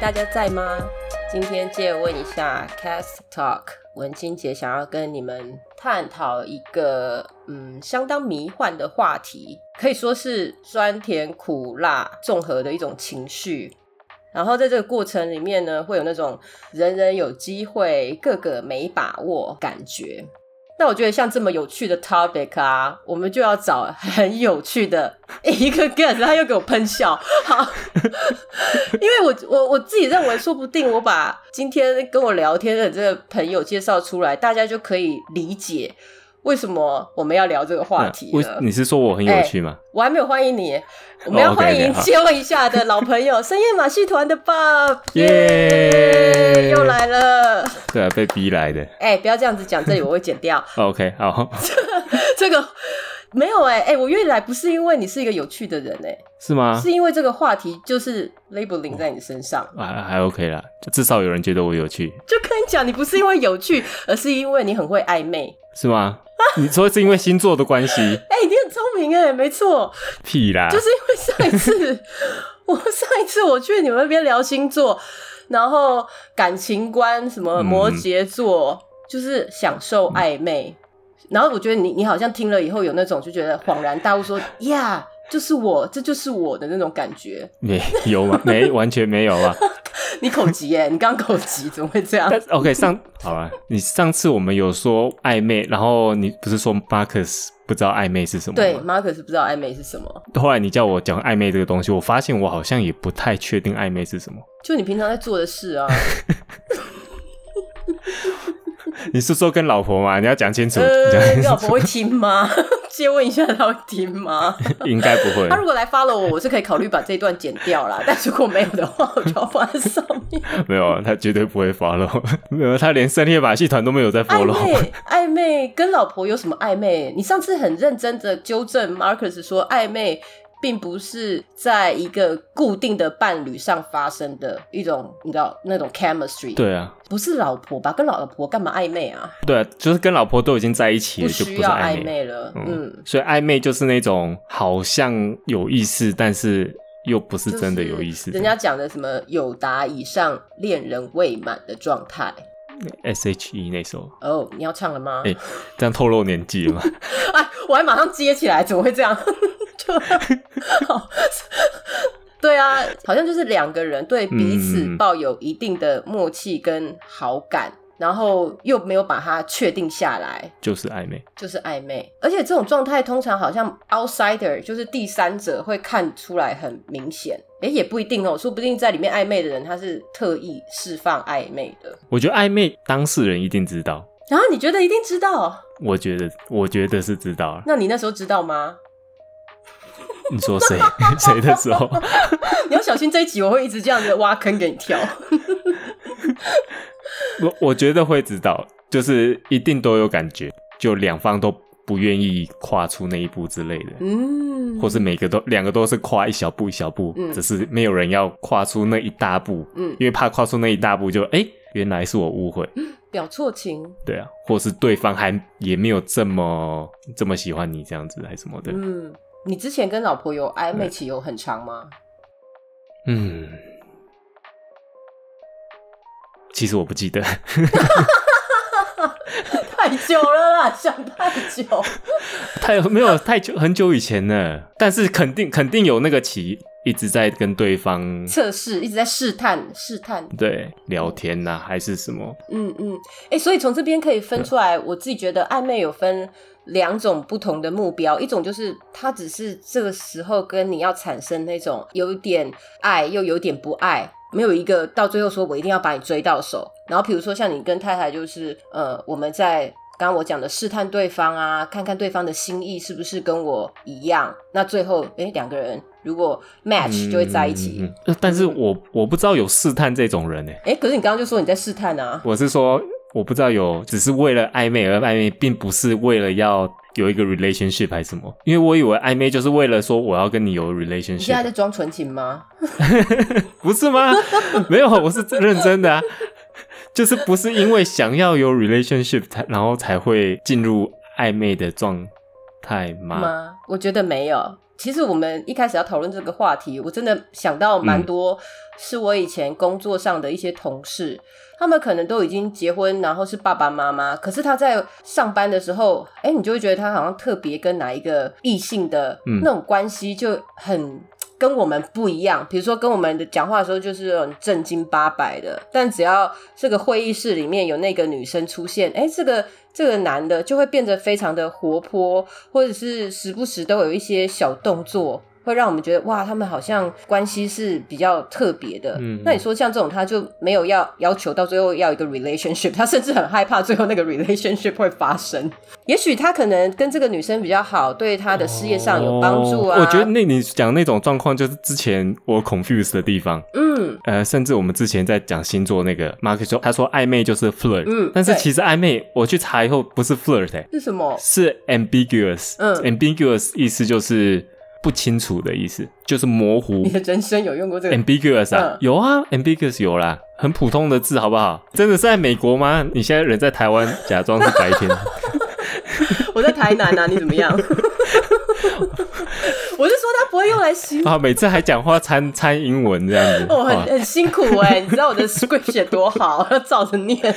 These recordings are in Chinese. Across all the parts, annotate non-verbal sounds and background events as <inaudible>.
大家在吗？今天借问一下 Cast Talk，文青姐想要跟你们探讨一个嗯相当迷幻的话题，可以说是酸甜苦辣综合的一种情绪。然后在这个过程里面呢，会有那种人人有机会，个个没把握感觉。那我觉得像这么有趣的 topic 啊，我们就要找很有趣的一个 guest，他又给我喷笑，好， <laughs> 因为我我我自己认为，说不定我把今天跟我聊天的这个朋友介绍出来，大家就可以理解为什么我们要聊这个话题为了。哎你是说啊我很有趣吗？我还没有欢迎你，我们要哦 OK，OK，欢迎好借问一下的老朋 <laughs> 友深夜马戏团的 Bob，耶又来了。对啊，被逼来的。哦哎、不要这样子讲，这里我会剪掉。 <laughs> OK，好，这个没有哎、哎、我越来不是因为你是一个有趣的人哎、是吗？是因为这个话题就是 labeling 在你身上。啊，还 OK 啦，就至少有人觉得我有趣，就跟你讲，你不是因为有趣，而是因为你很会暧昧。是吗？ <laughs> 你说是因为星座的关系？哎、你很聪明哎、没错，屁啦！就是因为上一 <laughs> 次，我上一次我去你们那边聊星座，然后感情观什么嗯摩羯座，就是享受暧昧。然后我觉得你你好像听了以后有那种就觉得恍然大悟说，呀，就是我，这就是我的那种感觉。 <laughs> 没有吗？没，完全没有啊。你口急耶、你刚刚口急，怎么会这样？ <laughs> 但 OK，上好啊，你上次我们有说暧昧，然后你不是说 Marcus 不知道暧昧是什么对吗？ ，Marcus 不知道暧昧是什么。对。后来你叫我讲暧昧这个东西，我发现我好像也不太确定暧昧是什么。就你平常在做的事 <laughs> 啊，你是说跟老婆吗？你要讲清楚。 <laughs> 呃，讲你清老婆楚会听吗？ <laughs> 借问一下，她会听吗？ <laughs> 应该不会她。如果来 follow 我，我是可以考虑把这一段剪掉啦。但如果没有的话，我就要放在上面。 <laughs> 没有，啊他绝对不会 follow，没 <laughs> 有，他连深夜马戏团都没有在暧 follow。昧，暧昧跟老婆有什么暧昧？你上次很认真的纠正 Marcus 说，暧昧并不是在一个固定的伴侣上发生的一种，你知道那种 chemistry。 <laughs> 对啊，不是老婆吧？跟老婆干嘛暧昧啊？对啊，就是跟老婆都已经在一起不了，就不需是要暧暧昧。昧了，嗯，所以暧昧就是那种好像有意思，但是又不是就真的有意思的。人家讲的什么有达以上恋人未满的状态。 S H E 那首，哦，你要唱了吗？哎、这样透露年 <laughs> 纪了吗？哎，我还马上接起来，怎么会这样？ <laughs> 就好 <laughs> 对啊，好像就是两个人对彼此嗯抱有一定的默契跟好感，然后又没有把它确定下来，就是暧昧，就是暧昧。而且这种状态通常好像 outsider 就是第三者会看出来很明显，哎、也不一定哦，说不定在里面暧昧的人他是特意释放暧昧的。我觉得暧昧当事人一定知道，然后你觉得一定知道？我觉得，我觉得是知道了。那你那时候知道吗？你说 <laughs> 谁 <laughs> 谁的时候？你要小心这一集，我会一直这样子挖坑给你 <laughs> 跳。我我觉得会知道，就是一定都有感觉，就两方都不愿意跨出那一步之类的，嗯，或是每个都两个都是跨一小步一小步，嗯只是没有人要跨出那一大步，嗯因为怕跨出那一大步就哎、诶原来是我误会，表错情，对啊，或是对方还也没有这么这么喜欢你这样子，还是什么的，嗯，你之前跟老婆有暧昧期有很长吗？ <laughs> 嗯。其实我不记得，太久了啦，想太久。太没有太久很久以前了，但是肯定肯定有那个期一直在跟 <laughs> 对方测试一直在试探，试探，对，聊天呐、还是什么？嗯嗯，哎、所以从这边可以分出来，我自己觉得暧昧有分两种不同的目标，一种就是他只是这个时候跟你要产生那种有点爱又有点不爱，没有一个到最后说我一定要把你追到手。然后比如说像你跟太太就是呃，我们在。刚刚我讲的试探对方啊，看看对方的心意是不是跟我一样。那最后，哎，两个人如果 match 就会在一起嗯。嗯嗯但是我我不知道有试探这种人呢、欸哎、可是你刚刚就说你在试探啊，我是说，我不知道有只是为了暧昧而暧昧，并不是为了要有一个 relationship 还是什么。因为我以为暧昧就是为了说我要跟你有你现在 relationship，在装纯情吗？ <laughs> 不是吗？没有，我是认真的啊。就是不是因为想要有 relationship 才然后才会进入暧昧的状态吗？吗？我觉得没有，其实我们一开始要讨论这个话题，我真的想到嗯蛮多，是我以前工作上的一些同事，他们可能都已经结婚，然后是爸爸妈妈，可是他在上班的时候，哎、你就会觉得他好像特别跟哪一个异性的嗯那种关系就很。跟我们不一样，比如说跟我们的讲话的时候就是很正经八百的，但只要这个会议室里面有那个女生出现，哎、这个这个男的就会变得非常的活泼，或者是时不时都有一些小动作，会让我们觉得哇，他们好像关系是比较特别的。嗯那你说像这种，他就没有要要求到最后要一个 relationship，他甚 <laughs> 至很害怕最后那个 relationship 会发生。也许他可能跟这个女生比较好，对他的事业上有帮助啊。哦我觉得那你讲那种状况，就是之前我 confuse 的地方。嗯，呃，甚至我们之前在讲星座那个 Mark 说，他说暧昧就是 flirt，嗯但是对其实暧昧我去查以后不是 flirt，、欸、是什么？是 ambiguous，嗯 ambiguous 意思就是不清楚的意思，就是模糊你。的人生有用过这个？ <laughs> ambiguous 啊，嗯有啊，ambiguous 有啦，很普通的字好不好？真的是在美国吗？你现在人在台湾，假装是白天，我在台南啊，你怎么样？我 <laughs> 是说他不会用来形容。啊，每次还讲话掺掺英文这样子，啊我哦很哇很辛苦哎、你知道我的 script 写多好， <laughs> 要照着念。没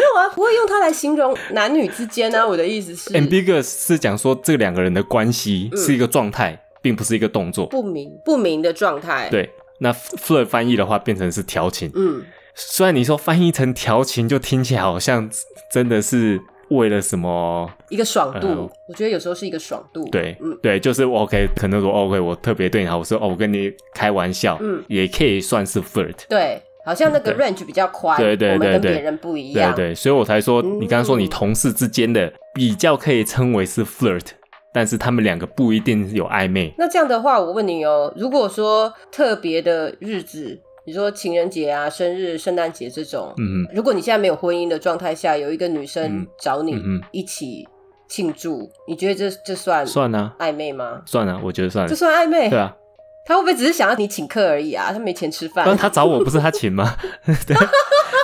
有啊，不会用它来形容男女之间啊。我的意思是 ambiguous 是讲说这两个人的关系嗯是一个状态，并不是一个动作。不明不明的状态。，对，那 flirt 翻译的话变成是调情。嗯，虽然你说翻译成调情，就听起来好像真的是为了什么？一个爽度，呃我觉得有时候是一个爽度。对，嗯，对，就是我 OK，可能说哦 OK，我特别对你好，我说哦，我跟你开玩笑，嗯也可以算是 flirt。对，好像那个对 range 比较宽，对对我们对跟对别人不一对啊样。对，所以我才说，嗯你刚刚说你同事之间的比较可以称为是 flirt，但是他们两个不一定有暧昧。那这样的话，我问你哦，如果说特别的日子，你说情人节啊、生日、圣诞节这种，嗯如果你现在没有婚姻的状态下，有一个女生嗯找你嗯哼一起庆祝，你觉得这这算哼，算啊，暧昧吗？算啊，我觉得算这了。算暧昧？对啊，他会不会只是想要你请客而已啊？他没钱吃饭。但他找我不是他请吗？ <laughs> <laughs>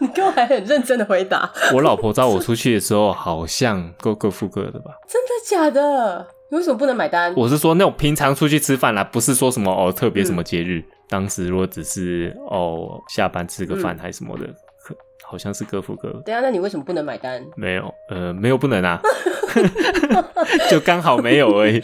你跟我还很认真的回答，我老婆找我出去的时候，好像各各付各的吧。真的假的？你为什么不能买单？我是说那种平常出去吃饭啦，不是说什么哦特别什么节嗯日。当时如果只是哦下班吃个饭嗯还什么的，可好像是各付各的。对啊，那你为什么不能买单？没有，呃，没有不能啊， <laughs> 就刚好没有而已，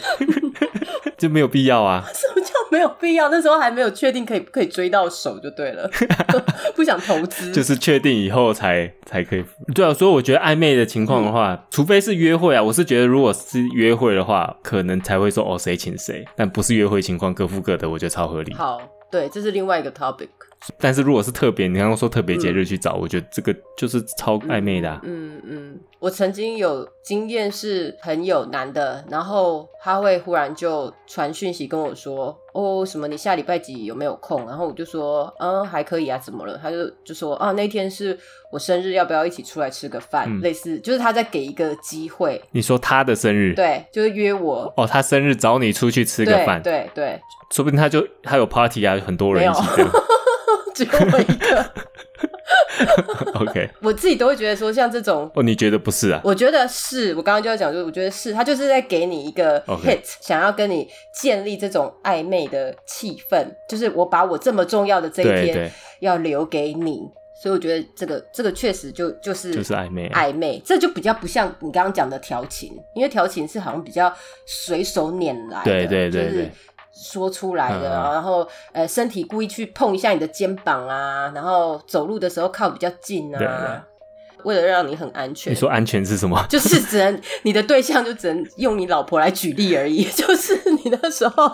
<laughs> 就没有必要啊。什么叫没有必要？那时候还没有确定可以可以追到手就对了， <laughs> 不想投资。 <laughs> 就是确定以后才才可以。对啊，所以我觉得暧昧的情况的话，嗯除非是约会啊，我是觉得如果是约会的话，可能才会说哦谁请谁，但不是约会情况，各付各的，我觉得超合理。好，对，这是另外一个 topic。但是如果是特别，你刚刚说特别节日去找，我觉得这个就是超暧昧的、啊。嗯嗯，我曾经有经验是朋友男的，然后他会忽然就传讯息跟我说，哦，什么你下礼拜几有没有空？然后我就说，嗯，还可以啊，怎么了？他就就说，啊，那天是我生日，要不要一起出来吃个饭？嗯类似就是他在给一个机会，你说他的生日，，对，就是约我。哦，他生日找你出去吃对个饭，对对，说不定他就他有 party 啊，很多人一起没有这样。只有我一个， <laughs> <laughs> OK，我自己都会觉得说，像这种哦，你觉得不是啊？ <laughs> 我觉得是我刚刚就要讲，就是我觉得是他就是在给你一个 hit，、OK 想要跟你建立这种暧昧的气氛，就是我把我这么重要的这一对天对，要留给你，所以我觉得这个这个确实就就是就是暧昧啊、暧昧，这就比较不像你刚刚讲的调情，因为调情是好像比较随手拈来的，对对对就是对说出来的，嗯嗯然后呃身体故意去碰一下你的肩膀啊，然后走路的时候靠比较近对啊，对为了让你很安全。你说安全是什么？就是只能你的对象就只能用你老婆来举例而已。 <laughs> 就是你那时候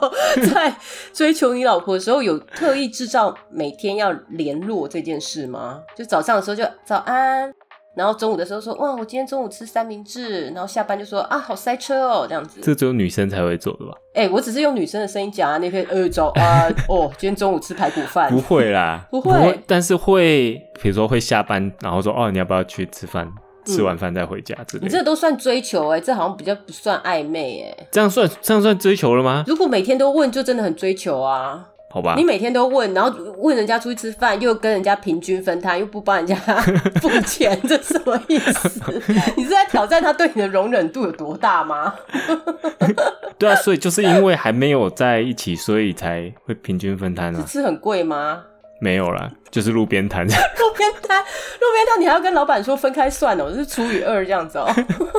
在追求你老婆的时候，有特意制造每天要联络这件事吗？就早上的时候就早安，然后中午的时候说哇，我今天中午吃三明治，然后下班就说啊，好塞车哦，这样子。这只有女生才会做的吧？哎、我只是用女生的声音讲啊，那天呃早安哦，今天中午吃排骨饭不。会 <laughs> 啦，不会但是会，比如说会下班，然后说哦，你要不要去吃饭？吃完饭再回家之类嗯你的。这都算追求哎、这好像比较不算暧昧哎、这样算这样算追求了吗？如果每天都问，就真的很追求啊。好吧你？每天都问，然后问人家出去吃饭，又跟人家平均分摊，又不帮人家 <laughs> 付钱，这什么意 <laughs> 思？你是在挑战他对你的容忍度有多大吗？对啊，所以就是因为还没有在一起，所以才会平均分摊啊。吃很贵吗？ <laughs> 没有啦，就是路边摊， <laughs> 路边摊，路边摊，你还要跟老板说分开算哦，是除以二这样子哦。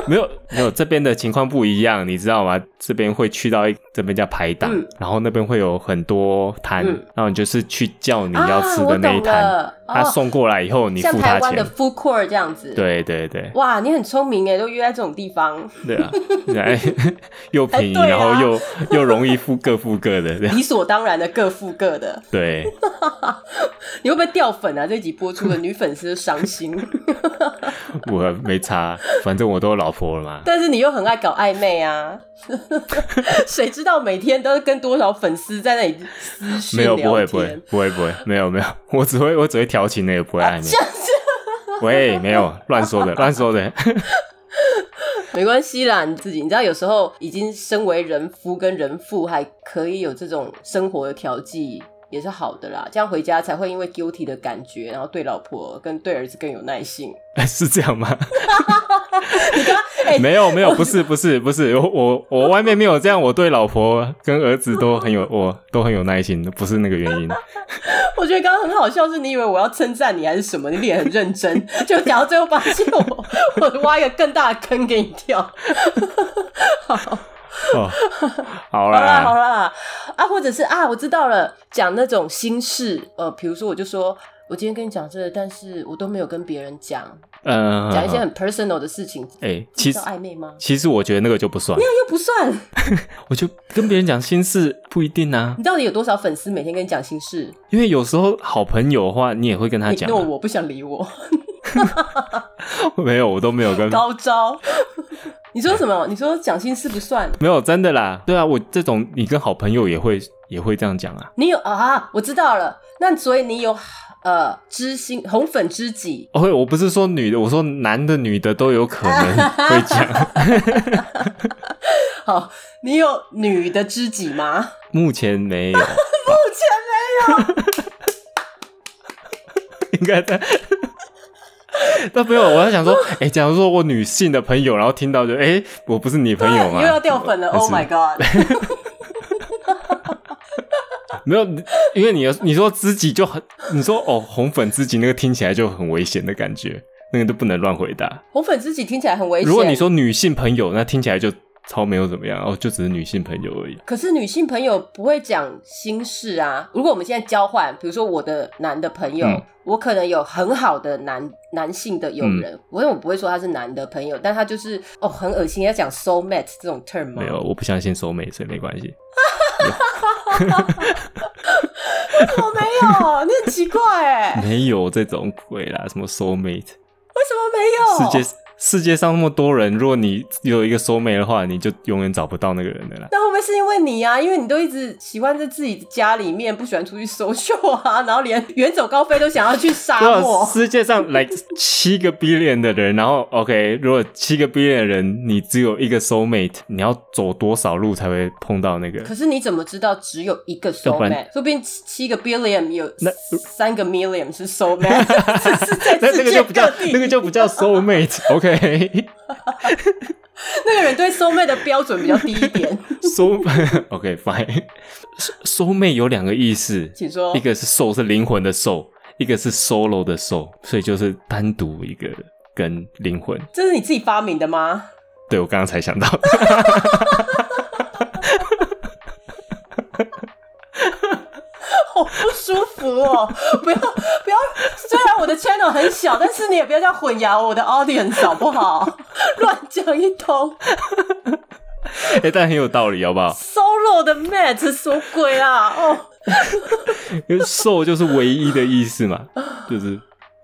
没有没有这边的情况不一样，你知道吗？这边会去到一这边叫排档，嗯然后那边会有很多摊，嗯然后你就是去叫 <laughs> 你要吃的那一摊，啊我懂了他哦送过来以后你像付台他湾的钱。 food court 这样子。，对对对哇，你很聪明哎，都约在这种地方，对啊， <laughs> 哎又便宜，哎对啊然后又又容易付各付各的，这 <laughs> 样理所当然的各付各的。对。你会不会掉粉啊？这集播出的女粉丝伤心，我没差，反正我都有老婆了嘛。但是你又很爱搞暧昧 <laughs> 啊，谁知道每天都跟多少粉丝在那里私讯没有，不聊会，天？不会，不会，不会，没有，没有，我只会，我只会调情的，也不会暧昧这。样子喂，没有，乱 <laughs> 说的，乱说的。 <laughs> 没关系啦，你自己你知道，有时候已经身为人夫跟人父，还可以有这种生活的调剂。也是好的啦，这样回家才会因为 guilty 的感觉，然后对老婆跟对儿子更有耐 <laughs> 心。是这样吗？你刚刚哎，没有，没有，不是，不是，不是，我我我外面没有这样，我对老婆跟儿子都很有，我都很有耐心，不是那个原因。我觉得刚刚很好笑，是你以为我要称赞你还是什么？你脸很认真，就讲到最后发现我我挖一个更大的坑给你跳。 <laughs> 哦，好好啦好啦，啦，啊，或者是啊，我知道了，讲那种心事，呃，比如说我就说我今天跟你讲这个，但是我都没有跟别人讲，嗯，讲一些很 personal 的事情，哎，这其叫实暧昧吗？其实我觉得那个就不算，那又不算，我就跟别人讲心事不一定啊，你到底有多少粉丝每天跟你讲心事？因为有时候好朋友的话，你也会跟他你讲啊。诺我不想理我， <laughs> 没有，我都没有跟 <laughs> 高招。你说什么？你说讲心事不算？没有，真的啦。对啊，我这种你跟好朋友也会也会这样讲啊。你有啊？我知道了。那所以你有呃知心红粉知己，哦，我不是说女的，我说男的、女的都有可能会讲。好，你有女的知己吗？目前没 <laughs> 有，目前 <laughs> 应该在。 <laughs> 但没有，我在 <laughs> 想说，哎、假如说我女性的朋友，然后听到就，哎、我不是你朋友吗？又要掉粉了。但是 Oh my god！没有，因为你你说知己就很，你说哦红粉知己那个听起来就很危险的感觉，那个都不能乱回答。红粉知己听起来很危险。如果你，说女性朋友，那听起来就超没有怎么样哦，就只是女性朋友而已。可是女性朋友不会讲心事啊。如果我们现在交换，比如说我的男的朋友，嗯我可能有很好的男男性的友嗯人，我我不会说他是男的朋友，但他就是哦很恶心，要讲 soul mate 这种 term 吗？没有，我不相信收美，所以没关系。我没有，你很奇怪哎、 <laughs> 没有这种鬼啦，什么 soul mate，、为什么没有？世界世界上那么多人，如果你有一个 soul mate 的话，你就永远找不到那个人的啦。那会不会是因为你啊？因为你都一直喜欢在自己家里面，不喜欢出去 social 啊，然后连远走高飞都想要去沙对啊漠，。世界上来七个 billion 的人，然后 OK，如果七个 billion 的人，你只有一个 soul mate，你要走多少路才会碰到那个可？是你怎么知道只有一个 soul 要不 man？然说不定七七个 billion 有那三个 million 是 soul <laughs> man，是是在那那世个界就不各叫地。那个就不叫 soul <laughs> mate，OK？、那个人对 soul man 的标准比较低一 <laughs> 点，收 <laughs> OK fine，收收妹有两个意思，请说一。个是兽是灵魂的兽，一个是 solo 的 solo，所以就是单独一个跟灵魂。这是你自己发明的吗？ <laughs> 对我刚刚才想到，好不舒服哦！不要不要，虽然我的 channel 很小，但是你也不要这样混淆我的 audience 好不好？ <laughs> 乱讲一通哎、但很有道理，好不好？ ，solo 的 mat 是什么鬼啊？哦，因为 solo 就是唯一的意思嘛，就是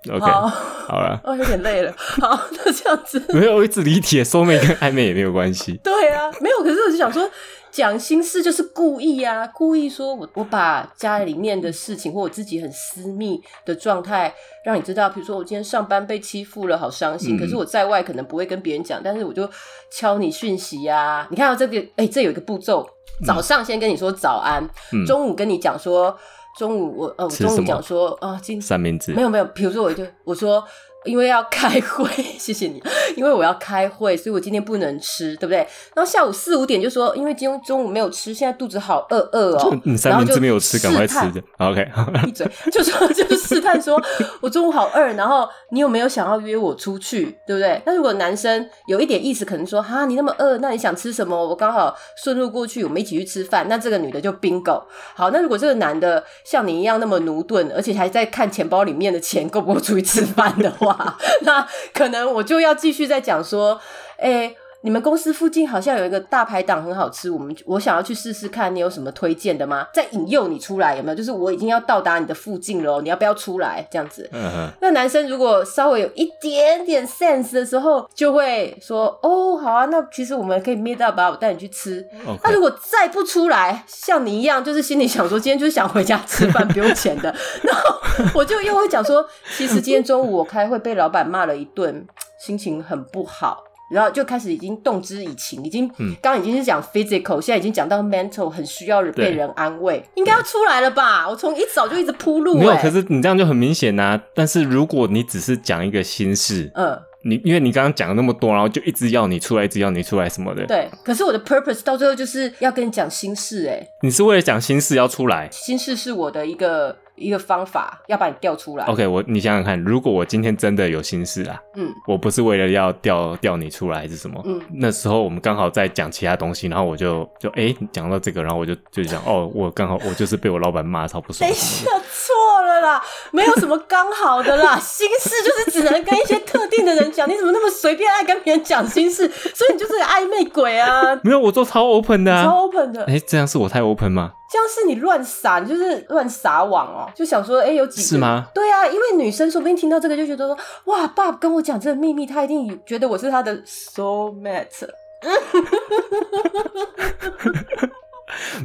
OK 好好了，哦，有点累了。好，那这样子，没有我一直离题，收妹跟暧昧也没有关系。 <laughs> 对啊，没有。可是我就想说，讲心事就是故意啊，故意说我我把家里面的事情或我自己很私密的状态让你知道，比如说我今天上班被欺负了，好伤心。嗯可是我在外可能不会跟别人讲，但是我就敲你讯息啊。你看到、这个，哎、这有一个步骤，早上先跟你说早安，嗯中午跟你讲说中午我呃我吃中什午么讲说啊、今三明治没，有没有，比如说我就我说，因为要开会， <laughs> 谢谢你，因为我要开会，所以我今天不能吃，对不对？然后下午四五点就说，因为今天中午没有吃，现在肚子好饿饿哦。嗯你然三后明就治没有吃，赶快吃试探的。OK，闭嘴， <laughs> 就说就是试探说，我中午好饿，然后你有没有想要约我出去，对不对？那如果男生有一点意思，可能说哈，你那么饿，那你想吃什么？我刚好顺路过去，我们一起去吃饭。那这个女的就 bingo。好，那如果这个男的像你一样那么驽钝，而且还在看钱包里面的钱够不够出去吃饭的话， <laughs> 那可能我就要继续再讲说，哎、你们公司附近好像有一个大排档很好吃，我们我想要去试试看，你有什么推荐的吗？再引诱你出来有没有？就是我已经要到达你的附近了哦，你要不要出来？这样子。嗯哼，那男生如果稍微有一点点 sense 的时候，就会说：“哦，好啊，那其实我们可以 meet up 啊吧，我带你去吃。”那 OK，如果再不出来，像你一样，就是心里想说今天就是想回家吃饭，不用钱的，然后我就又会讲说，其实今天中午我开会被老板骂了一顿，心情很不好。然后就开始已经动之以情，已经嗯刚刚已经是讲 physical，现在已经讲到 mental，很需要被对人安慰，应该要出来了吧？我从一早就一直铺路、欸，没有，可是你这样就很明显呐、但是如果你只是讲一个心事，嗯，你因为你刚刚讲了那么多，然后就一直要你出来，一直要你出来什么的，对。可是我的 purpose 到最后就是要跟你讲心事、欸，你是为了讲心事要出来。心事是我的一个一个方法，要把你调出来。 OK，我你想想看，如果我今天真的有心事啊，嗯，我不是为了要调调你出来还是什么，嗯那时候我们刚好在讲其他东西，然后我就就诶你讲到这个，然后我就就讲哦，我刚好我就是被我老板骂超不等 <laughs> 爽一，下，错了啦，没有什么刚好的 <laughs> 啦，心事就是只能跟一些特定的人讲。你怎么那么随便爱跟别人讲心事？所以你就是个暧昧鬼啊，没有，我都超 open 的啊超，open 的。诶这样是我太 open 吗？这样是你乱撒，你就是乱撒网哦，就想说，哎、有几个是吗？对啊，因为女生说不定听到这个就觉得说，哇，爸跟我讲这个秘密，他一定觉得我是他的 soul mate。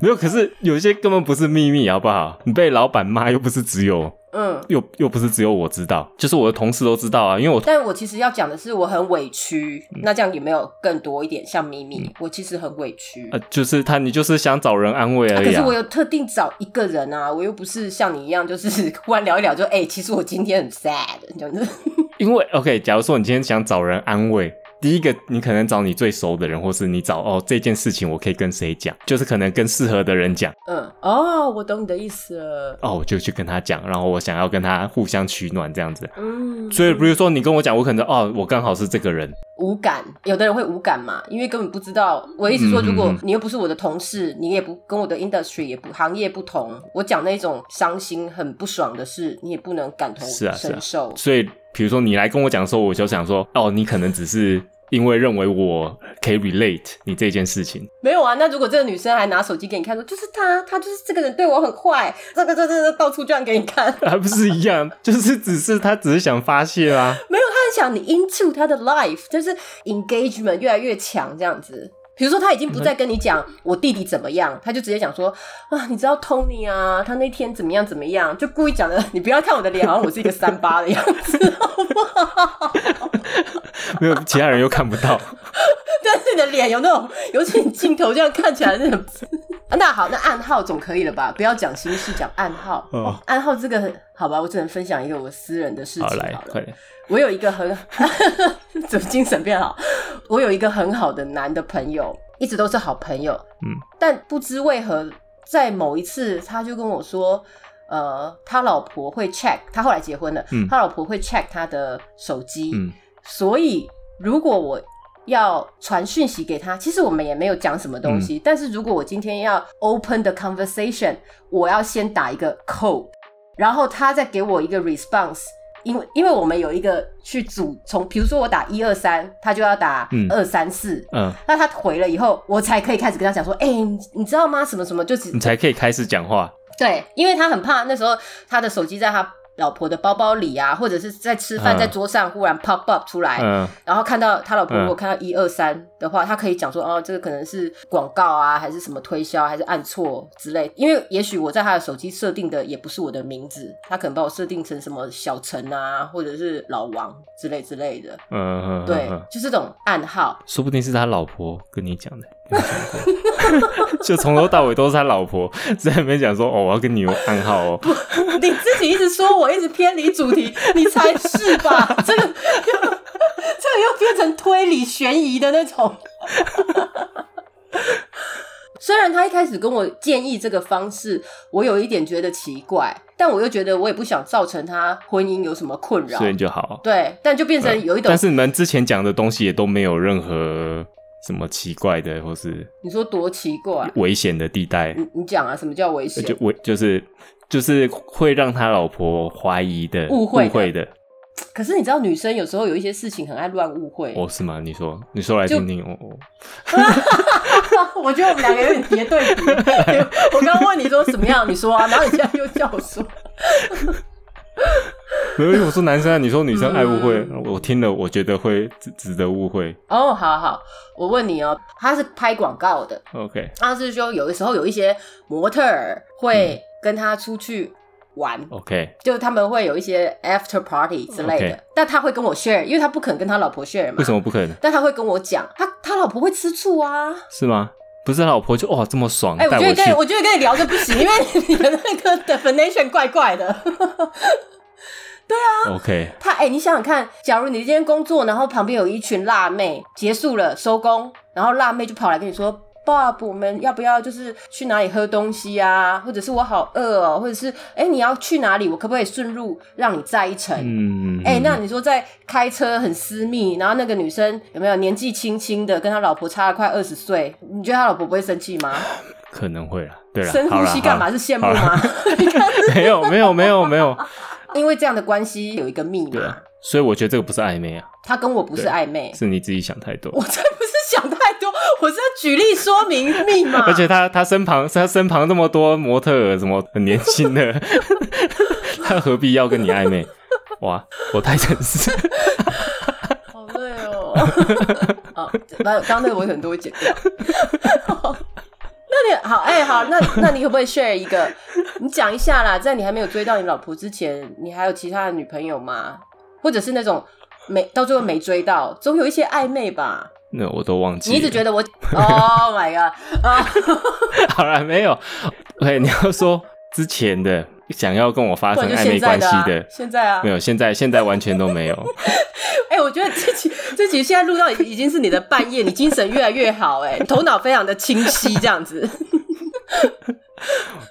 没有，可是有些根本不是秘密，好不好？你被老板骂又不是只有，嗯，又又不是只有我知道，就是我的同事都知道啊，因为我但我其实要讲的是，我很委屈。嗯那这样有没有更多一点像秘密？我其实很委屈。呃，就是他，你就是想找人安慰啊而可已、是啊我。有特定找一个人啊，我又不是像你一样，就是 <laughs> 忽然聊一聊就哎、其实我今天很 sad，这样子。因为 OK，假如说你今天想找人安慰，第一个你可能找你最熟的人，或是你找哦这件事情我可以跟谁讲，就是可能跟适合的人讲，嗯，哦，我懂你的意思了。哦我就去跟他讲，然后我想要跟他互相取暖这样子。嗯，所以比如说你跟我讲，我可能哦我刚好是这个人，无感，有的人会无感嘛，因为根本不知道。我的意思说，嗯嗯如果嗯你又不是我的同事，你也不跟我的 industry 也不行业不同，我讲那种伤心很不爽的事，你也不能感同是啊是啊身受。所以，比如说你来跟我讲的时候，我就想说，哦，你可能只是因为认为我可以 relate 你这件事情，没有啊，那如果这个女生还拿手机给你看，说就是他，他就是这个人对我很坏，这个这个这个到处这样给你看，还不是一样， <laughs> 就是只是他只是想发泄啊。没有，他很想你 into 他的 life，就是 engagement 越来越强这样子。比如说，他已经嗯不再跟你讲我弟弟怎么样，他就直接讲说啊，你知道 Tony 啊，他那天怎么样怎么样，就故意讲的。你不要看我的脸，好像我是一 <laughs> 个三八的样子，好不好？没有，其他人又看不到。但是你的脸有那种，尤其你镜头这样看起来是很…… <laughs> 啊那好，那暗号总可以了吧？不要讲心事，讲暗号。哦，暗号这个很好吧，我只能分享一个我私人的事情好好来了。，快点。我有一个很 <laughs> 怎么精神变好？我有一个很好的男的朋友，一直都是好朋友。嗯，但不知为何，在某一次他就跟我说，呃，他老婆会 check，他后来结婚了，嗯他老婆会 check 他的手机，嗯所以如果我要传讯息给他，其实我们也没有讲什么东嗯西，但是如果我今天要 open the conversation，我要先打一个 call，然后他再给我一个 response。因为因为我们有一个去组从，比如说我打一二三，他就要打嗯二三四，嗯，那他回了以后，我才可以开始跟他讲说，哎、你你嗯知道吗？什么什么，就只你才可以开始讲话。对，因为他很怕那时候他的手机在他老婆的包包里啊，或者是在吃饭嗯在桌上忽然 pop up 出来，嗯然后看到他老婆嗯如果看到一二三的话，他可以讲说哦，这个可能是广告啊，还是什么推销，还是按错之类。因为也许我在他的手机设定的也不是我的名字，他可能把我设定成什么小陈啊，或者是老王之类之类的。嗯嗯，嗯对嗯，就这种暗号。说不定是他老婆跟你讲的， <laughs> 有想过就从头到尾都是他老婆在那边讲说哦，我要跟你有暗号哦，你自己一直说我一直偏离主题，你才是吧？这个又这个又变成推理悬疑的那种。虽然他一开始跟我建议这个方式，我有一点觉得奇怪，但我又觉得我也不想造成他婚姻有什么困扰所，以你就好。对，但就变成有一种但是你们之前讲的东西也都没有任何什么奇怪的或是你说多奇怪，危险的地带，你你讲啊，什么叫危险呃就？危就是就是会让他老婆怀疑的误会的的可是你知道，女生有时候有一些事情很爱乱误会，哦，是吗？你说你说来就听听哦，哦 <laughs> 我觉得我们两个有点叠对叠。 <laughs> 我刚问你说怎么样，你说啊，然后你现在又叫我说， <laughs> 没有，因为我说男生啊，你说女生爱误会，嗯我听了我觉得会值值得误会。哦，好好，我问你哦，他是拍广告的， OK，他是说有的时候有一些模特儿会跟他出去玩， OK，就他们会有一些 after party 之类的 OK 但他会跟我 share，因为他不肯跟他老婆 share 嘛。为什？么不可能？但他会跟我讲，他他老婆会吃醋啊。是吗？不是他老婆就哇这么爽，哎、嗯带我觉得去跟我觉得跟你聊这不行，因为你的那个 definition 怪怪的。 OK，他哎、你想想看，假如你今天工作，然后旁边有一群辣妹，结束了收工，然后辣妹就跑来跟你说。Bob，我们要不要就是去哪里喝东西啊？或者是我好饿哦，或者是哎、你要去哪里？我可不可以顺路让你载一程？嗯，哎、那你说在开车很私密，然后那个女生有没有年纪轻轻的，跟他老婆差了快二十岁？你觉得他老婆不会生气吗？可能会啦，对啦，深好呼啦吸干嘛？好是啦羡慕吗？ <laughs> <laughs> 没有没有没有没有，因为这样的关系有一个密对码啊，，所以我觉得这个不是暧昧啊，他跟我不是对暧昧，是你自己想太多。我才不是想太多，我是要举例说明密码。而且他他身旁他身旁这么多模特儿，什么很年轻的， <laughs> 他何必要跟你暧昧？哇，我太诚实， <laughs> 好累哦。 <laughs> 哦，那刚刚那个我可能都会剪掉。那你好，哎、好，那那你可不可以 share 一个？你讲一下啦，在你还没有追到你老婆之前，你还有其他的女朋友吗？或者是那种没到最后没追到，总有一些暧昧吧？那我都忘记你了。一直觉得我 <laughs> ，Oh my god！啊， <laughs> 好了没有？OK，你要说之前的想要跟我发不生然就暧现昧在关系的、啊，的，现在啊 <laughs> 没，有，现在现在完全都没有。哎、我觉得这集这集现在录到已已经是你的半夜，你精神越来越好、哎，头脑非常的清晰，这样子，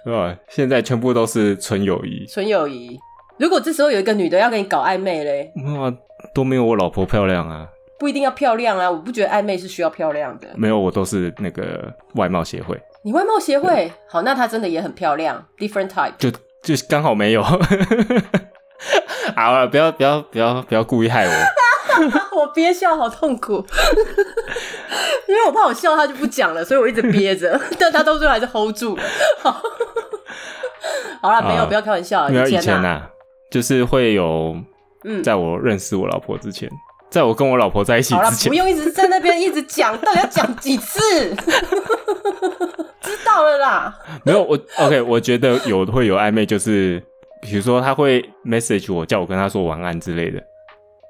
对，现在全部都是纯友谊，纯友谊。如果这时候有一个女的要跟你搞暧昧嘞，哇，都没有我老婆漂亮啊。不一定要漂亮啊，我不觉得暧昧是需要漂亮的。没有，我都是那个外貌协会，你外貌协会好，那她真的也很漂亮，different type。就就刚好没有。 <laughs> 好了，不要不要不要不要故意害我。啊， <laughs> 我憋笑好痛苦， <laughs> 因为我怕我笑她就不讲了，所以我一直憋着，但她到最后还是 hold 住了。 <laughs> 好，好啦，没有，啊不要开玩笑，没有以哦前前呐、啊，就是会有，嗯在我认识我老婆之前，在我跟我老婆在一起好了，之前不，用一直在那边一直讲，到底要讲几次？知道了啦。没有我 OK，我觉得有会有暧昧，就是比如说他会 message 我，叫我跟他说晚安之类的，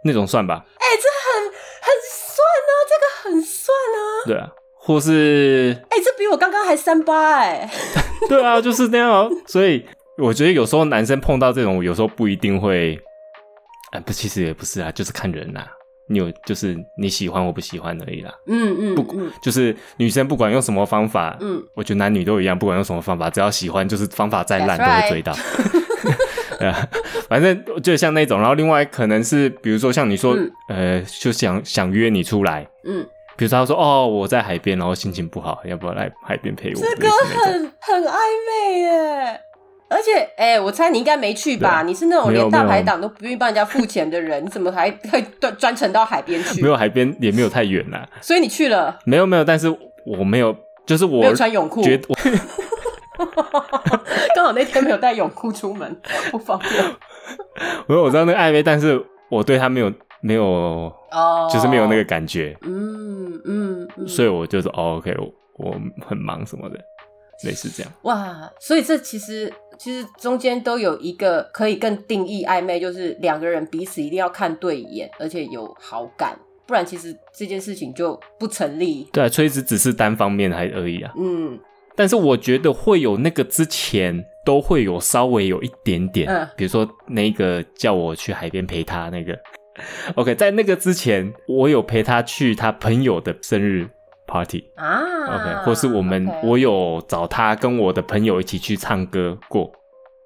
那种算吧？哎、这很很算啊，这个很算啊。 <laughs> 对啊，或是哎、这比我刚刚还三八哎、对啊，就是那样啊。所以我觉得有时候男生碰到这种，有时候不一定会，哎，不，其实也不是啊，就是看人啦、你有就是你喜欢或不喜欢而已啦。嗯嗯嗯就是女生不管用什么方法，嗯，我觉得男女都一样，不管用什么方法，只要喜欢，就是方法再 That's 烂都 right 会追到。对啊，反正就像那种，然后另外可能是，比如说像你说，嗯呃，就想想约你出来，嗯，比如说他说哦我在海边，然后心情不好，要不要来海边陪我？这类个似那种很很暧昧耶、而且，哎、我猜你应该没去吧？对啊你是那种没有连大没有排档都不愿意帮人家付钱的人，你怎么还 <laughs> 会专专程到海边去没？有海啊边也没有太远啦，所以你去了，没有没有，但是我没有，就是没有我穿泳裤，觉得我 <laughs> 刚好那天没有带泳裤出门，不方便。我说我知道那个暧昧，但是我对他没有没有，哦，就是没有那个，感觉，嗯嗯嗯，所以我就说哦，OK，我我很忙什么的，类似这样。哇，所以这其实其实中间都有一个可以更定义暧昧，就是两个人彼此一定要看对眼，而且有好感，不然其实这件事情就不成立。对啊，垂直只是单方面还而已啊。嗯但是我觉得会有那个之前都会有稍微有一点点，嗯比如说那个叫我去海边陪他那个，OK，在那个之前我有陪他去他朋友的生日 party。OK，、啊或是我们 OK 我有找他跟我的朋友一起去唱歌过，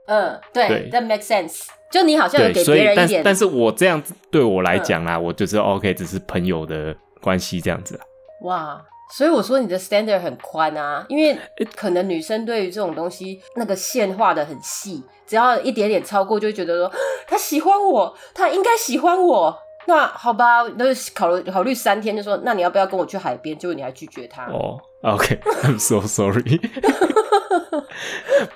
嗯对对， that makes sense。就你好像有对，给所以别人一但点，嗯但是我这样子对我来讲啦，我就是 OK，只是朋友的关系这样子啊。哇，所以我说你的 standard 很宽啊，因为可能女生对于这种东西那个线画的很细，只要一点点超过，就会觉得说啊他喜欢我，他应该喜欢我。那好吧，那就考虑考虑三天，就说那你要不要跟我去海边？结果你还拒绝他，哦、o k i m so sorry 。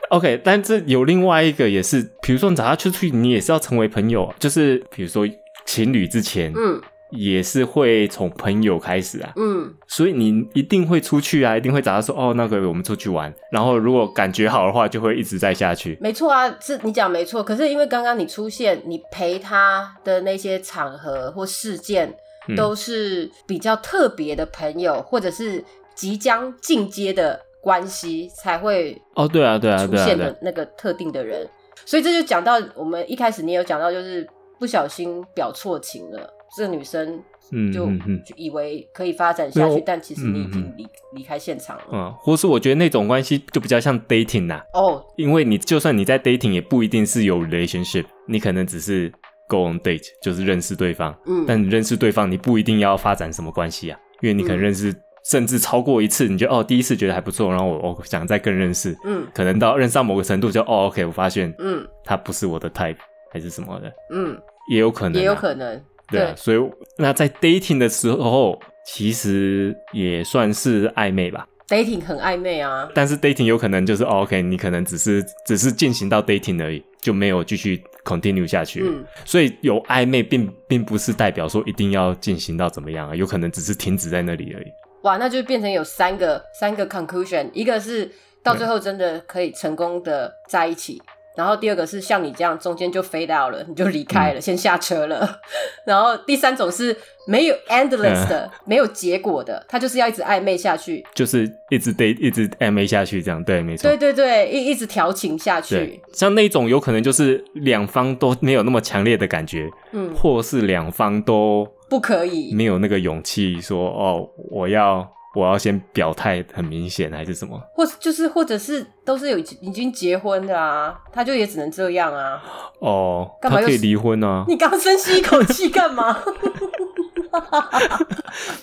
OK，但这有另外一个也是，比如说你找他出去，你也是要成为朋友啊，就是比如说情侣之前，嗯也是会从朋友开始啊，嗯所以你一定会出去啊，一定会找他说，哦，那个我们出去玩，然后如果感觉好的话，就会一直再下去。没错啊，是你讲没错。可是因为刚刚你出现，你陪他的那些场合或事件，嗯都是比较特别的朋友，或者是即将进阶的关系才会哦，对啊，对啊，出对啊，现对啊的，那个特定的人。所以这就讲到我们一开始你有讲到，就是不小心表错情了，这女生嗯就嗯嗯就以为可以发展下没去有，但其实你已嗯经嗯离离开现场了。嗯，或是我觉得那种关系就比较像 dating 呐、哦，因为你就算你在 dating 也不一定是有 relationship，你可能只是 go on date，就是认识对方。嗯，但你认识对方，你不一定要发展什么关系啊，因为你可能嗯认识甚至超过一次，你觉得哦第一次觉得还不错，然后我我想再更认识，嗯可能到认识到某个程度就哦 OK，我发现嗯他不是我的 type 还是什么的，嗯，也有可能、啊也有可能。对啊，对所以那在 dating 的时候，其实也算是暧昧吧。 dating 很暧昧啊，但是 dating 有可能就是、哦、OK，你可能只是只是进行到 dating 而已，就没有继续 continue 下去。嗯，所以有暧昧并并不是代表说一定要进行到怎么样啊，有可能只是停止在那里而已。哇，那就变成有三个三个 conclusion，一个是到最后真的可以成功的在一起，然后第二个是像你这样中间就飞到了，你就离开了，嗯先下车了， <laughs> 然后第三种是没有嗯 endless 的，没有结果的，他就是要一直暧昧下去，就是一直 date 一直暧昧下去这样，对，没错对。对对，一一直调情下对去，，像那种有可能就是两方都没有那么强烈的感觉，嗯，或是两方都不可以，没有那个勇气说哦，我要我要先表态，很明显还是什么？或是就是或者是都是有已经已经结婚的啊，他就也只能这样啊，哦，干嘛他又可以是离婚 <laughs> 啊？你刚深吸一口气干嘛？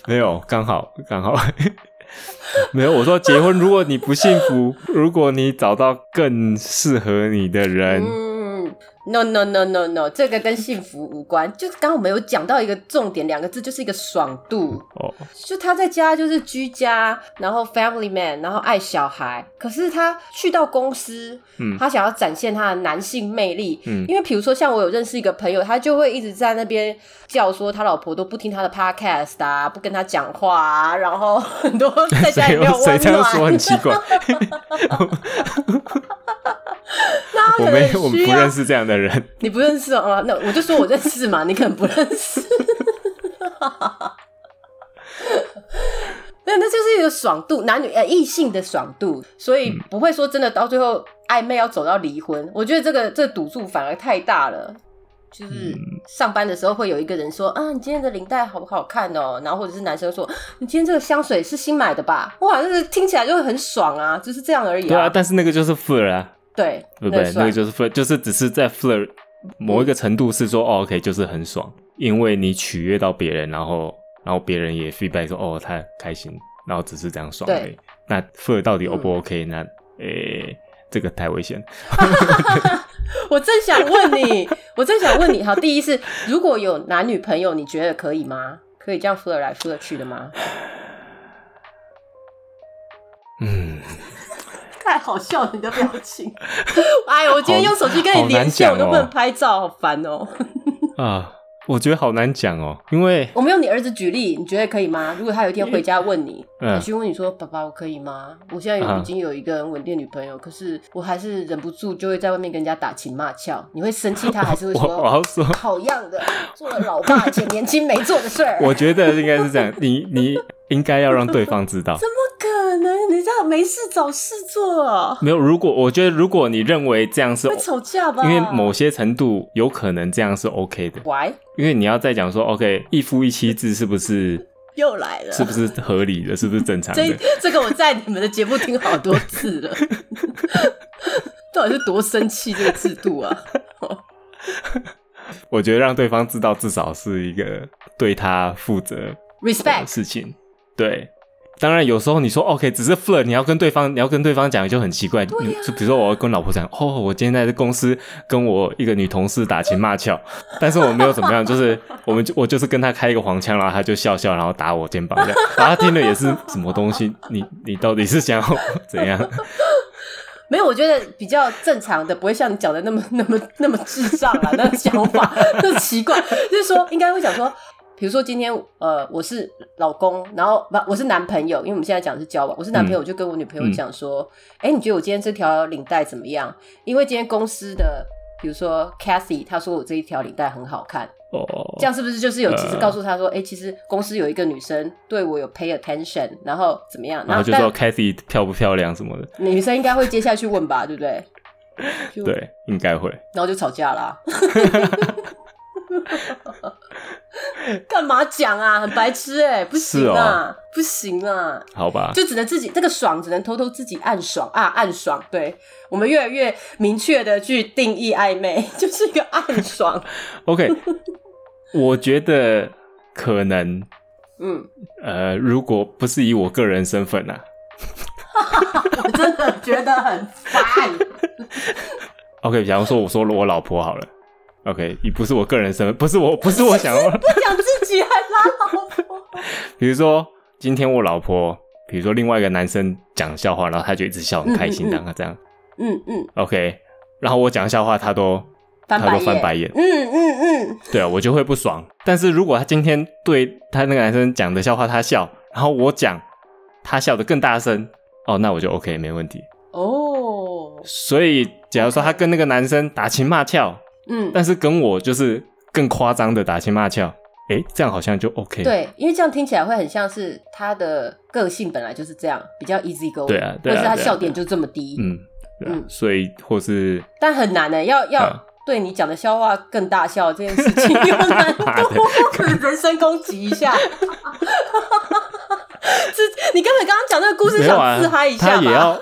没有，刚好刚好， <laughs> 没有。我说结婚，如果你不幸福，如果你找到更适合你的人，嗯，no no no no no，这个跟幸福无关。就是刚刚我们有讲到一个重点，两个字就是一个爽度。哦，就他在家就是居家，然后 family man，然后爱小孩。可是他去到公司，嗯他想要展现他的男性魅力。嗯因为比如说像我有认识一个朋友，他就会一直在那边叫说他老婆都不听他的 podcast 啊，不跟他讲话啊，然后很多 <laughs> 在家里谁没有啊温谁暖。这样说很奇怪， <laughs> 那他可我能没我需不要认识这样的人。 <laughs> 你不认识哦、啊？那我就说我认识嘛， <laughs> 你可能不认识。那那就是一个爽度，男女呃异性的爽度，所以嗯不会说真的到最后暧昧要走到离婚。我觉得这个这个赌注反而太大了。就是嗯上班的时候会有一个人说啊，你今天的领带好不好看哦？然后或者是男生说你今天这个香水是新买的吧？哇，就是听起来就很爽啊，就是这样而已对啊，但是那个就是 flirt 啊，对，对不对？那算个就是 flirt，就是只是在 flirt 某一个程度是说，哦，OK，就是很爽，因为你取悦到别人，然后然后别人也 feedback 说，哦，他开心，然后只是这样爽而已。那 flirt 到底嗯 O 不 OK？、那诶，这个太危险。 <laughs> 我正想问你， <laughs> 我正想问你，好，第一是如果有男女朋友，你觉得可以吗？可以这样 f l 来 f l 去的吗？嗯， <laughs> 太好笑了，你的表情。 <laughs> 哎呦，我今天用手机跟你连线，好我好难讲哦都不能拍照，好烦 <laughs> 哦。 <laughs> 啊，我觉得好难讲哦，因为我们用你儿子举例，你觉得可以吗？如果他有一天回家问你，嗯他去问你说：“爸爸，我可以吗？我现在有啊已经有一个很稳定的女朋友，可是我还是忍不住就会在外面跟人家打情骂俏。”你会生气，他还是会 <laughs> 我我说：“要说，好样的，做了老爸以前年轻没做的事 <laughs> 儿。”我觉得应该是这样，你你应该要让对方 <laughs> 知道。不可能，你这样没事找事做哦，没有，如果我觉得如果你认为这样是会，吵架吧？因为某些程度有可能这样是 OK 的，喂因为你要再讲说 OK 一夫一妻制是不是又来了，是不是合理的，是不是正常这的？这个我在你们的节目听好多次了， <laughs> 到底是多生气这个制度啊？我觉得让对方知道，至少是一个对他负责 respect 的事情。对，当然有时候你说 OK，只是 flirt，你要跟对方，你要跟对方讲就很奇怪。对你啊就比如说我要跟老婆讲，哦，我今天在公司跟我一个女同事打情骂俏，但是我没有怎么样，就是我们就我就是跟她开一个黄腔，然后她就笑笑，然后打我肩膀这样，然后她听了也是什么东西，你你到底是想要怎样？没有，我觉得比较正常的，不会像你讲的那么 <laughs> 那么那么智障啊，那个想 <laughs> 法那奇怪，就是说应该会讲说，比如说今天呃我是老公，然后不我是男朋友，因为我们现在讲的是交往，我是男嗯朋友，我就跟我女朋友讲说，哎、你觉得我今天这条领带怎么样？因为今天公司的。比如说 Cathy，她说我这一条领带很好看，哦嗯这，样是不是就是有其实告诉她说，哎、其实公司有一个女生对我有 pay attention，然后怎么样？然后就啊但说 Kathy 漂不漂亮什么的，女生应该会接下去问吧，对不对？就对，应该会。然后就吵架啦、 <laughs> 干嘛讲啊？很白痴哎、不行哦啊，不行啊，好吧，就只能自己这个爽，只能偷偷自己暗爽啊，暗爽。对我们越来越明确的去定义暧昧， <laughs> 就是一个暗爽。 OK，我觉得可能嗯，呃，如果不是以我个人身份啊我真的觉得很烦。 ，OK，假如说我说我老婆好了，OK，你不是我个人身份，不是我，不是我 <laughs> 想要，讲自己还拉老婆，比如说今天我老婆，比如说另外一个男生讲笑话，然后他就一直笑很开嗯嗯心，嗯这样这样嗯嗯， ，OK，然后我讲笑话，他都翻他白都翻白眼，眼，嗯嗯嗯，对啊，我就会不爽。但是如果他今天对他那个男生讲的笑话他笑，然后我讲他笑的更大声，哦，那我就 OK 没问题。哦，所以，假如说他跟那个男生打情骂俏，嗯，但是跟我就是更夸张的打情骂俏，诶，这样好像就 OK。对，因为这样听起来会很像是他的个性本来就是这样，比较 easy go，对啊对啊或是他对啊笑点就这么低，嗯，对啊嗯所以或是但很难呢、欸要要啊对你讲的笑话更大笑这件事情有难 <laughs> 度妈的，人身攻击一下。 <laughs> 这你根本刚刚讲那个故事没有啊想自嗨一，下他吧？也要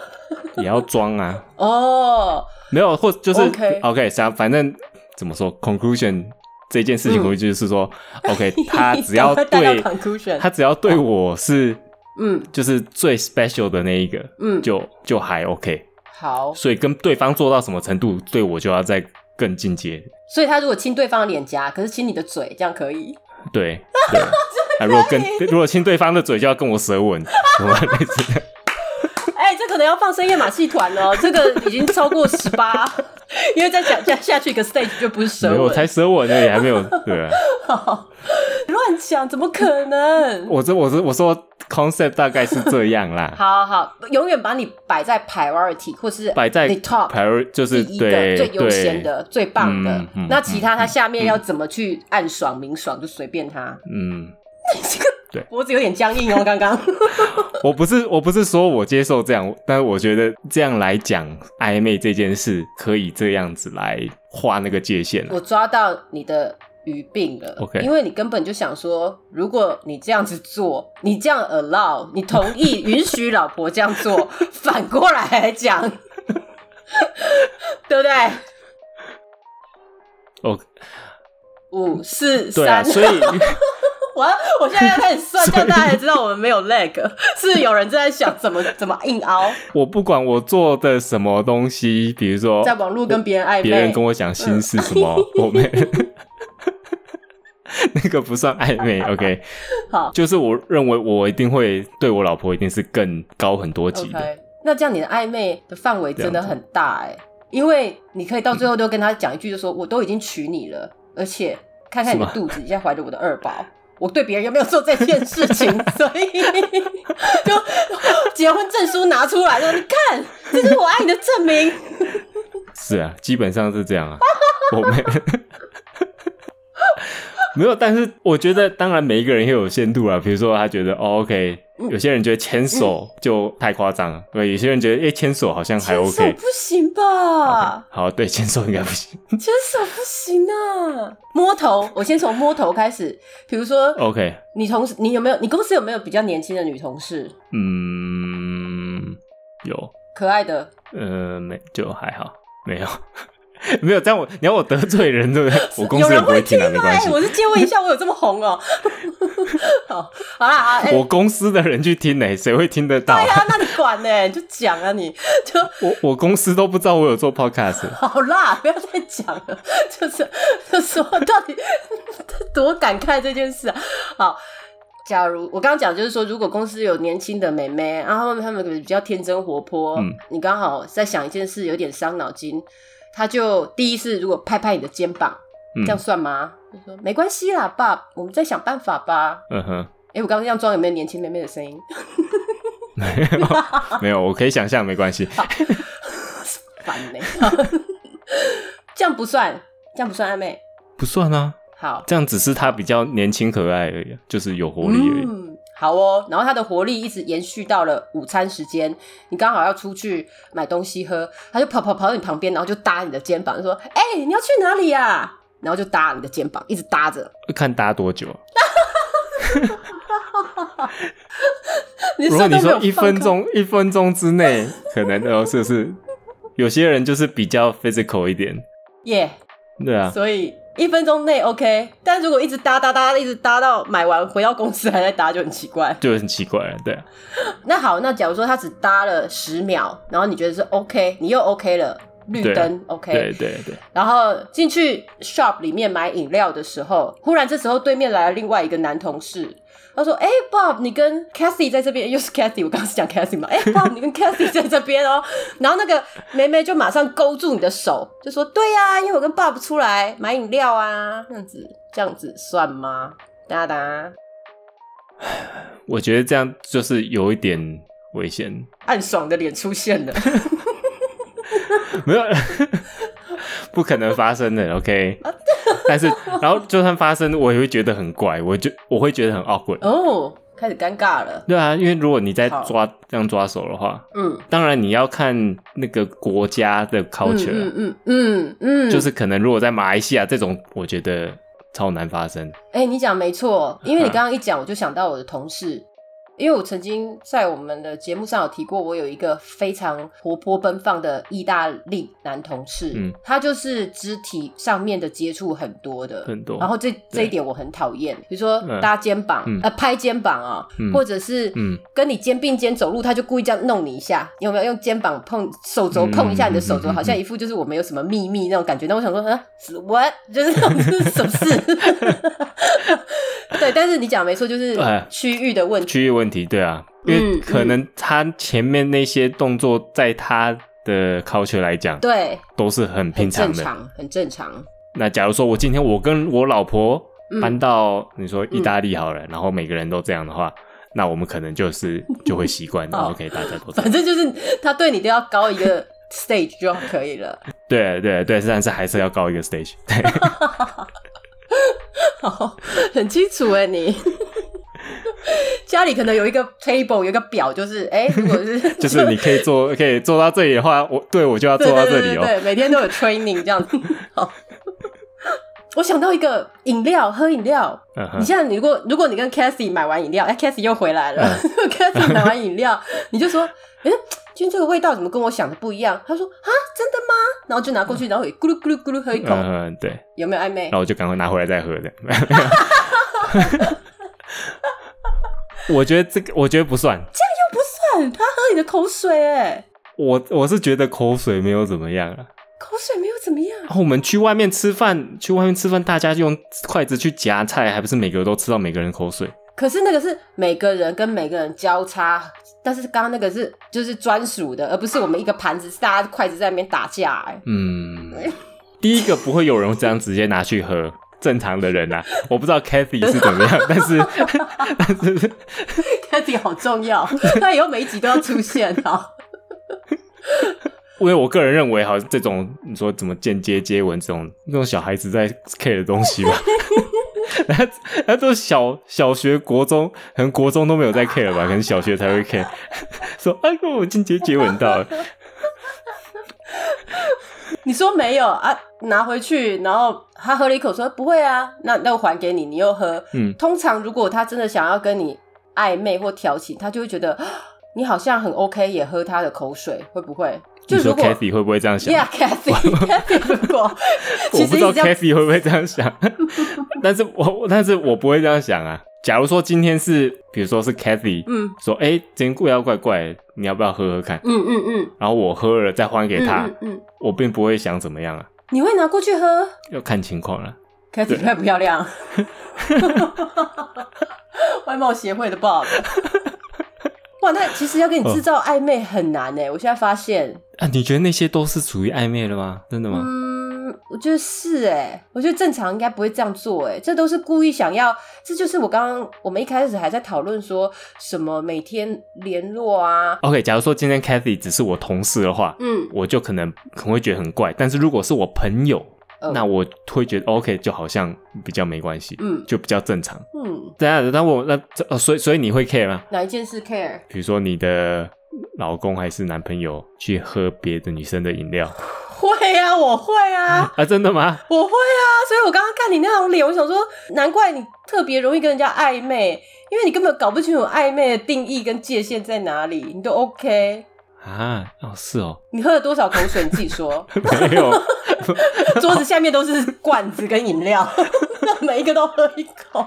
<laughs> 也要装啊，哦，没有，或就是 OK OK，想反正怎么说，conclusion 这件事情，嗯我就是说、OK，他 <laughs> 只要赶快带对到 conclusion 他只要对我是嗯就是最 special 的那一个，嗯，就就还 OK。好。所以跟对方做到什么程度，对我就要再更进阶。所以他如果亲对方的脸颊，可是亲你的嘴，这样可以？ <laughs> 对，对啊，如果跟如果亲对方的嘴，就要跟我舌 <laughs> 吻，什么类似的。哎、这可能要放深夜马戏团哦，这个已经超过十八，因为再讲再下去一个 stage 就不是舌没有我吻，才舌吻而已，还没有。对啊， <laughs> 乱讲怎么可能？我这我这我说 concept 大概是这样啦，好好，永远把你摆在 priority 或是摆在 the top prior 就是第一个对最优先对，的、最棒的嗯。嗯那其他他下面要怎么去暗爽、明爽，就随便他。嗯，脖子有点僵硬哦，刚刚我不是我不是说我接受这样，但我觉得这样来讲暧昧这件事，可以这样子来画那个界限啊我抓到你的。语病了 OK 因为你根本就想说，如果你这样子做，你这样 allow，你同 <laughs> 意允许老婆这样做，反过来来讲， <laughs> 对不对？ OK，五四哦对啊，三，所以 <laughs> <laughs> 我要我现在要开始算，这样大家也知道我们没有 lag，是有人正在想怎么怎么硬凹，我不管我做的什么东西，比如说在网络跟别人暧昧。嗯别人跟我讲心事什么，我没。 <laughs> 那个不算暧昧，OK，好就是我认为我一定会对我老婆一定是更高很多级的 OK，那这样你的暧昧的范围真的很大哎、因为你可以到最后都跟他讲一句，就说、我都已经娶你了，而且看看你的是肚吗子，你现在怀着我的二宝。我对别人有没有做这件事 <laughs> 情，所以就结婚证书拿出来了，你看，这是我爱你的证明。是啊，基本上是这样啊。 <laughs> 我没没有，但是我觉得，当然每一个人也有限度啊。比如说，他觉得哦，OK，嗯有些人觉得牵手就太夸张了，对，有些人觉得诶牵手好像 <laughs> 还牵手 OK。不行吧？好，对，牵手应该不行。 <laughs> 牵手不行啊！摸头，我先从摸头开始。比如说， OK，你同事，你有没有？你公司有没有比较年轻的女同事？嗯，有，可爱的，呃，没，就还好，没有， <laughs> 没有。但我你要我得罪人，对不对？我公 <laughs> 有司也人不会听吗听啊，？没关系哎。我是借问一下，我有这么红哦、 <laughs> 好，好啦，好，哎、我公司的人去听呢、谁会听得到、对啊，那你管呢、你就讲啊你，就我我公司都不知道我有做 podcast。好啦，不要再讲了，就是就说到底 <laughs> 多感慨这件事啊。好，假如我刚刚讲就是说，如果公司有年轻的妹妹，然后她们比较天真活泼，嗯你刚好在想一件事，有点伤脑筋，她就第一是如果拍拍你的肩膀，嗯这样算吗？就说没关系啦，爸，我们再想办法吧。嗯哼，哎、我刚刚这样装有没有年轻妹妹的声音？没有，没有，我可以想象，没关 <laughs> 系。烦呢、 <laughs> 这样不算，这样不算暧昧。不算啊，好，这样只是他比较年轻可爱而已，啊就是有活力而已。嗯，好哦。然后它的活力一直延续到了午餐时间，你刚好要出去买东西喝，它就跑跑跑到你旁边，然后就搭你的肩膀，就说：“哎、你要去哪里呀、然后就搭你的肩膀，一直搭着。 <laughs> 看搭多久啊、你手如都果没你有说一放分开，钟，一分钟之内，可能哦，是不是？有些人就是比较 physical 一点，耶对啊，所以一分钟内 OK。但如果一直搭搭搭，一直搭到买完回到公司还在搭，就很奇怪。就很奇怪了，对啊。那好，那假如说他只搭了十秒，然后你觉得是 OK，你又 OK 了，绿对灯 OK，对对对，然后进去 shop 里面买饮料的时候，忽然这时候对面来了另外一个男同事，他说：“哎、b o b 你跟 Cathy 在这边，又是 Cathy，我刚刚是讲 Cathy 嘛？哎、b o b 你跟 Cathy 在这边哦。”然后那个妹妹就马上勾住你的手，就说：“对呀、因为我跟 Bob 出来买饮料啊，这样子，这样子算吗？”哒哒，我觉得这样就是有一点危险，暗爽的脸出现了。 <laughs> 没有， <laughs> 不可能发生的，OK。但是，然后就算发生，我也会觉得很怪，我就我会觉得很 awkward。哦，开始尴尬了。对啊，因为如果你在好抓这样抓手的话，嗯，当然你要看那个国家的嗯 culture，、啊嗯嗯嗯嗯，就是可能如果在马来西亚这种，我觉得超难发生。哎、你讲没错，因为你嗯刚刚一讲，我就想到我的同事，因为我曾经在我们的节目上有提过，我有一个非常活泼奔放的意大利男同事，嗯他就是肢体上面的接触很多的，很多然后这这一点我很讨厌，比如说嗯搭肩膀，嗯呃，拍肩膀啊、嗯或者是嗯跟你肩并肩走路，他就故意这样弄你一下，你有没有用肩膀碰手肘碰一下你的手肘，嗯嗯嗯嗯嗯好像一副就是我没有什么秘密那种感觉。那我想 <laughs> 说，啊，what？就是那种就是什么 <laughs> 事？对，但是你讲没错，就是对区域的问题。区域问题，对啊，因为嗯可能他前面那些动作，在他的 culture 来讲，嗯对，都是很很平常正的。常，很正常。那假如说我今天我跟我老婆嗯搬到你说意大利好了，然后每个人都这样的话，那我们可 <laughs> 能就是就会习惯哦，OK，大家都这样。反正就是他对你都要高一个 stage 就可以了。 <laughs> 对对对，但是还是要高一个 stage。对， <laughs> 好，很清楚哎， <laughs> 你家里可能有一个 table，有一个表，就是哎、如果是 <laughs> 就是你可以做， <laughs> 可以做到这里的话，我对我就 <laughs> 要对做到对这对里对哦。对，每天都有 training 这样 <laughs> 子。好，我想到一个饮料，喝饮料。嗯你哼，现在如果如果你跟 Cassie 买完饮料，哎、c a s s i e 又回来了、c 嗯 <laughs> a s s i e 买完饮料，你就说，哎、今天这个味道怎么跟我想的不一样？他说啊，真的吗？然后就拿过去，然后也咕噜咕噜咕噜喝一口，嗯哼，对，有没有暧昧然？后我就赶快拿回来再喝 <laughs> 的。我觉得这个，我觉得不算。看他喝你的口水、哎，我我是觉得口水没有怎么样啊。口水没有怎么样。啊我们去外面吃饭，去外面吃饭，大家就用筷子去夹菜，还不是每个人都吃到每个人口水？可是那个是每个人跟每个人交叉，但是刚刚那个是就是专属的，而不是我们一个盘子大家筷子在那边打架、欸。嗯，第一个不会有人这样直接拿去喝。正常的人啦、啊我不知道 Kathy 是怎么样，但是但是 Kathy 好重要， <laughs> 他以后每一集都要出现哦。 <laughs> 因为我个人认为，好像这种你说怎么间接接吻这种那种小孩子在 care 的东 <laughs> 西吧，然后然后都小小学、国中，可能国中都没有在 care 吧，可能小学才会 care，说哎呦，我间接接吻到了，你说没有啊？拿回去，然后他喝了一口说不会啊，那那我还给你，你又喝。嗯通常如果他真的想要跟你暧昧或调情，他就会觉得啊 <gasps> 你好像很 OK，也喝他的口水，会不会？就如你说果 Kathy 会不会这样 <laughs> 想？Yeah，Kathy，Kathy 如果 <laughs> 我其不实知道你这样 Kathy 会不会这样想， <laughs> 但是我但是我不会这样想啊。假如说今天是，比如说是 Kathy 嗯说，哎、今天怪要怪怪，你要不要喝喝看？嗯嗯嗯然后我喝了再还给嗯他，嗯嗯，我并不会想怎么样啊，你会拿过去喝要看情况啊了。 ？Kathy 漂不漂亮？外貌协会的报道。哇，那其实要给你制造暧昧很难呢、我现在发现，啊，你觉得那些都是属于暧昧了吗？真的吗？嗯，我觉得是哎、我觉得正常应该不会这样做哎、这都是故意想要，这就是我刚刚我们一开始还在讨论说什么每天联络啊， OK，假如说今天 Kathy 只是我同事的话，嗯，我就可能可能会觉得很怪。但是如果是我朋友，呃那我会觉得 OK，就好像比较没关系，嗯就比较正常。嗯，等一下，那我那这呃，所以所以你会 care 吗？哪一件事 care？比如说你的老公还是男朋友去喝别的女生的饮 <laughs> 料会啊，我会啊，啊？真的吗？我会啊，所以我刚刚看你那张脸，我想说，难怪你特别容易跟人家暧昧，因为你根本搞不清楚暧昧的定义跟界限在哪里，你都 OK。啊，哦，是哦，你喝了多少口水？你自己 <laughs> 说。没有，桌子下面都是罐子跟饮 <laughs> 料，那每一个都喝一口。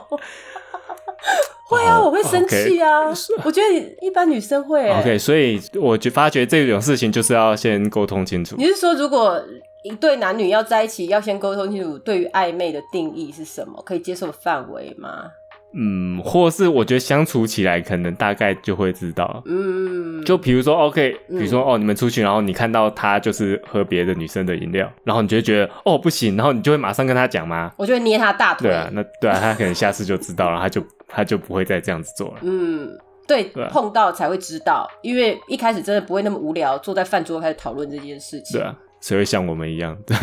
会啊，哦我会生气啊 OK 是 <laughs> 我觉得一般女生会、欸。 OK，所以我就发觉这种事情就是要先沟通清楚。你是说，如果一对男女要在一起，要先沟通清楚对于暧昧的定义是什么，可以接受的范围吗？嗯，或是我觉得相处起来可能大概就会知道。嗯，就比如说，OK，比如说、嗯哦，你们出去，然后你看到他就是喝别的女生的饮料，然后你就会觉得哦不行，然后你就会马上跟他讲吗？我就会捏他大腿。对啊，那对啊，他可能下次就知道了，他就他就不会再这样子做了。嗯，对，对啊碰到才会知道，因为一开始真的不会那么无聊，坐在饭桌开始讨论这件事情。对 <laughs> 啊，谁会像我们一样？ <laughs> 对，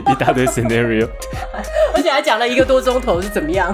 一大堆 scenario。而且还讲了一个多钟头是怎么样？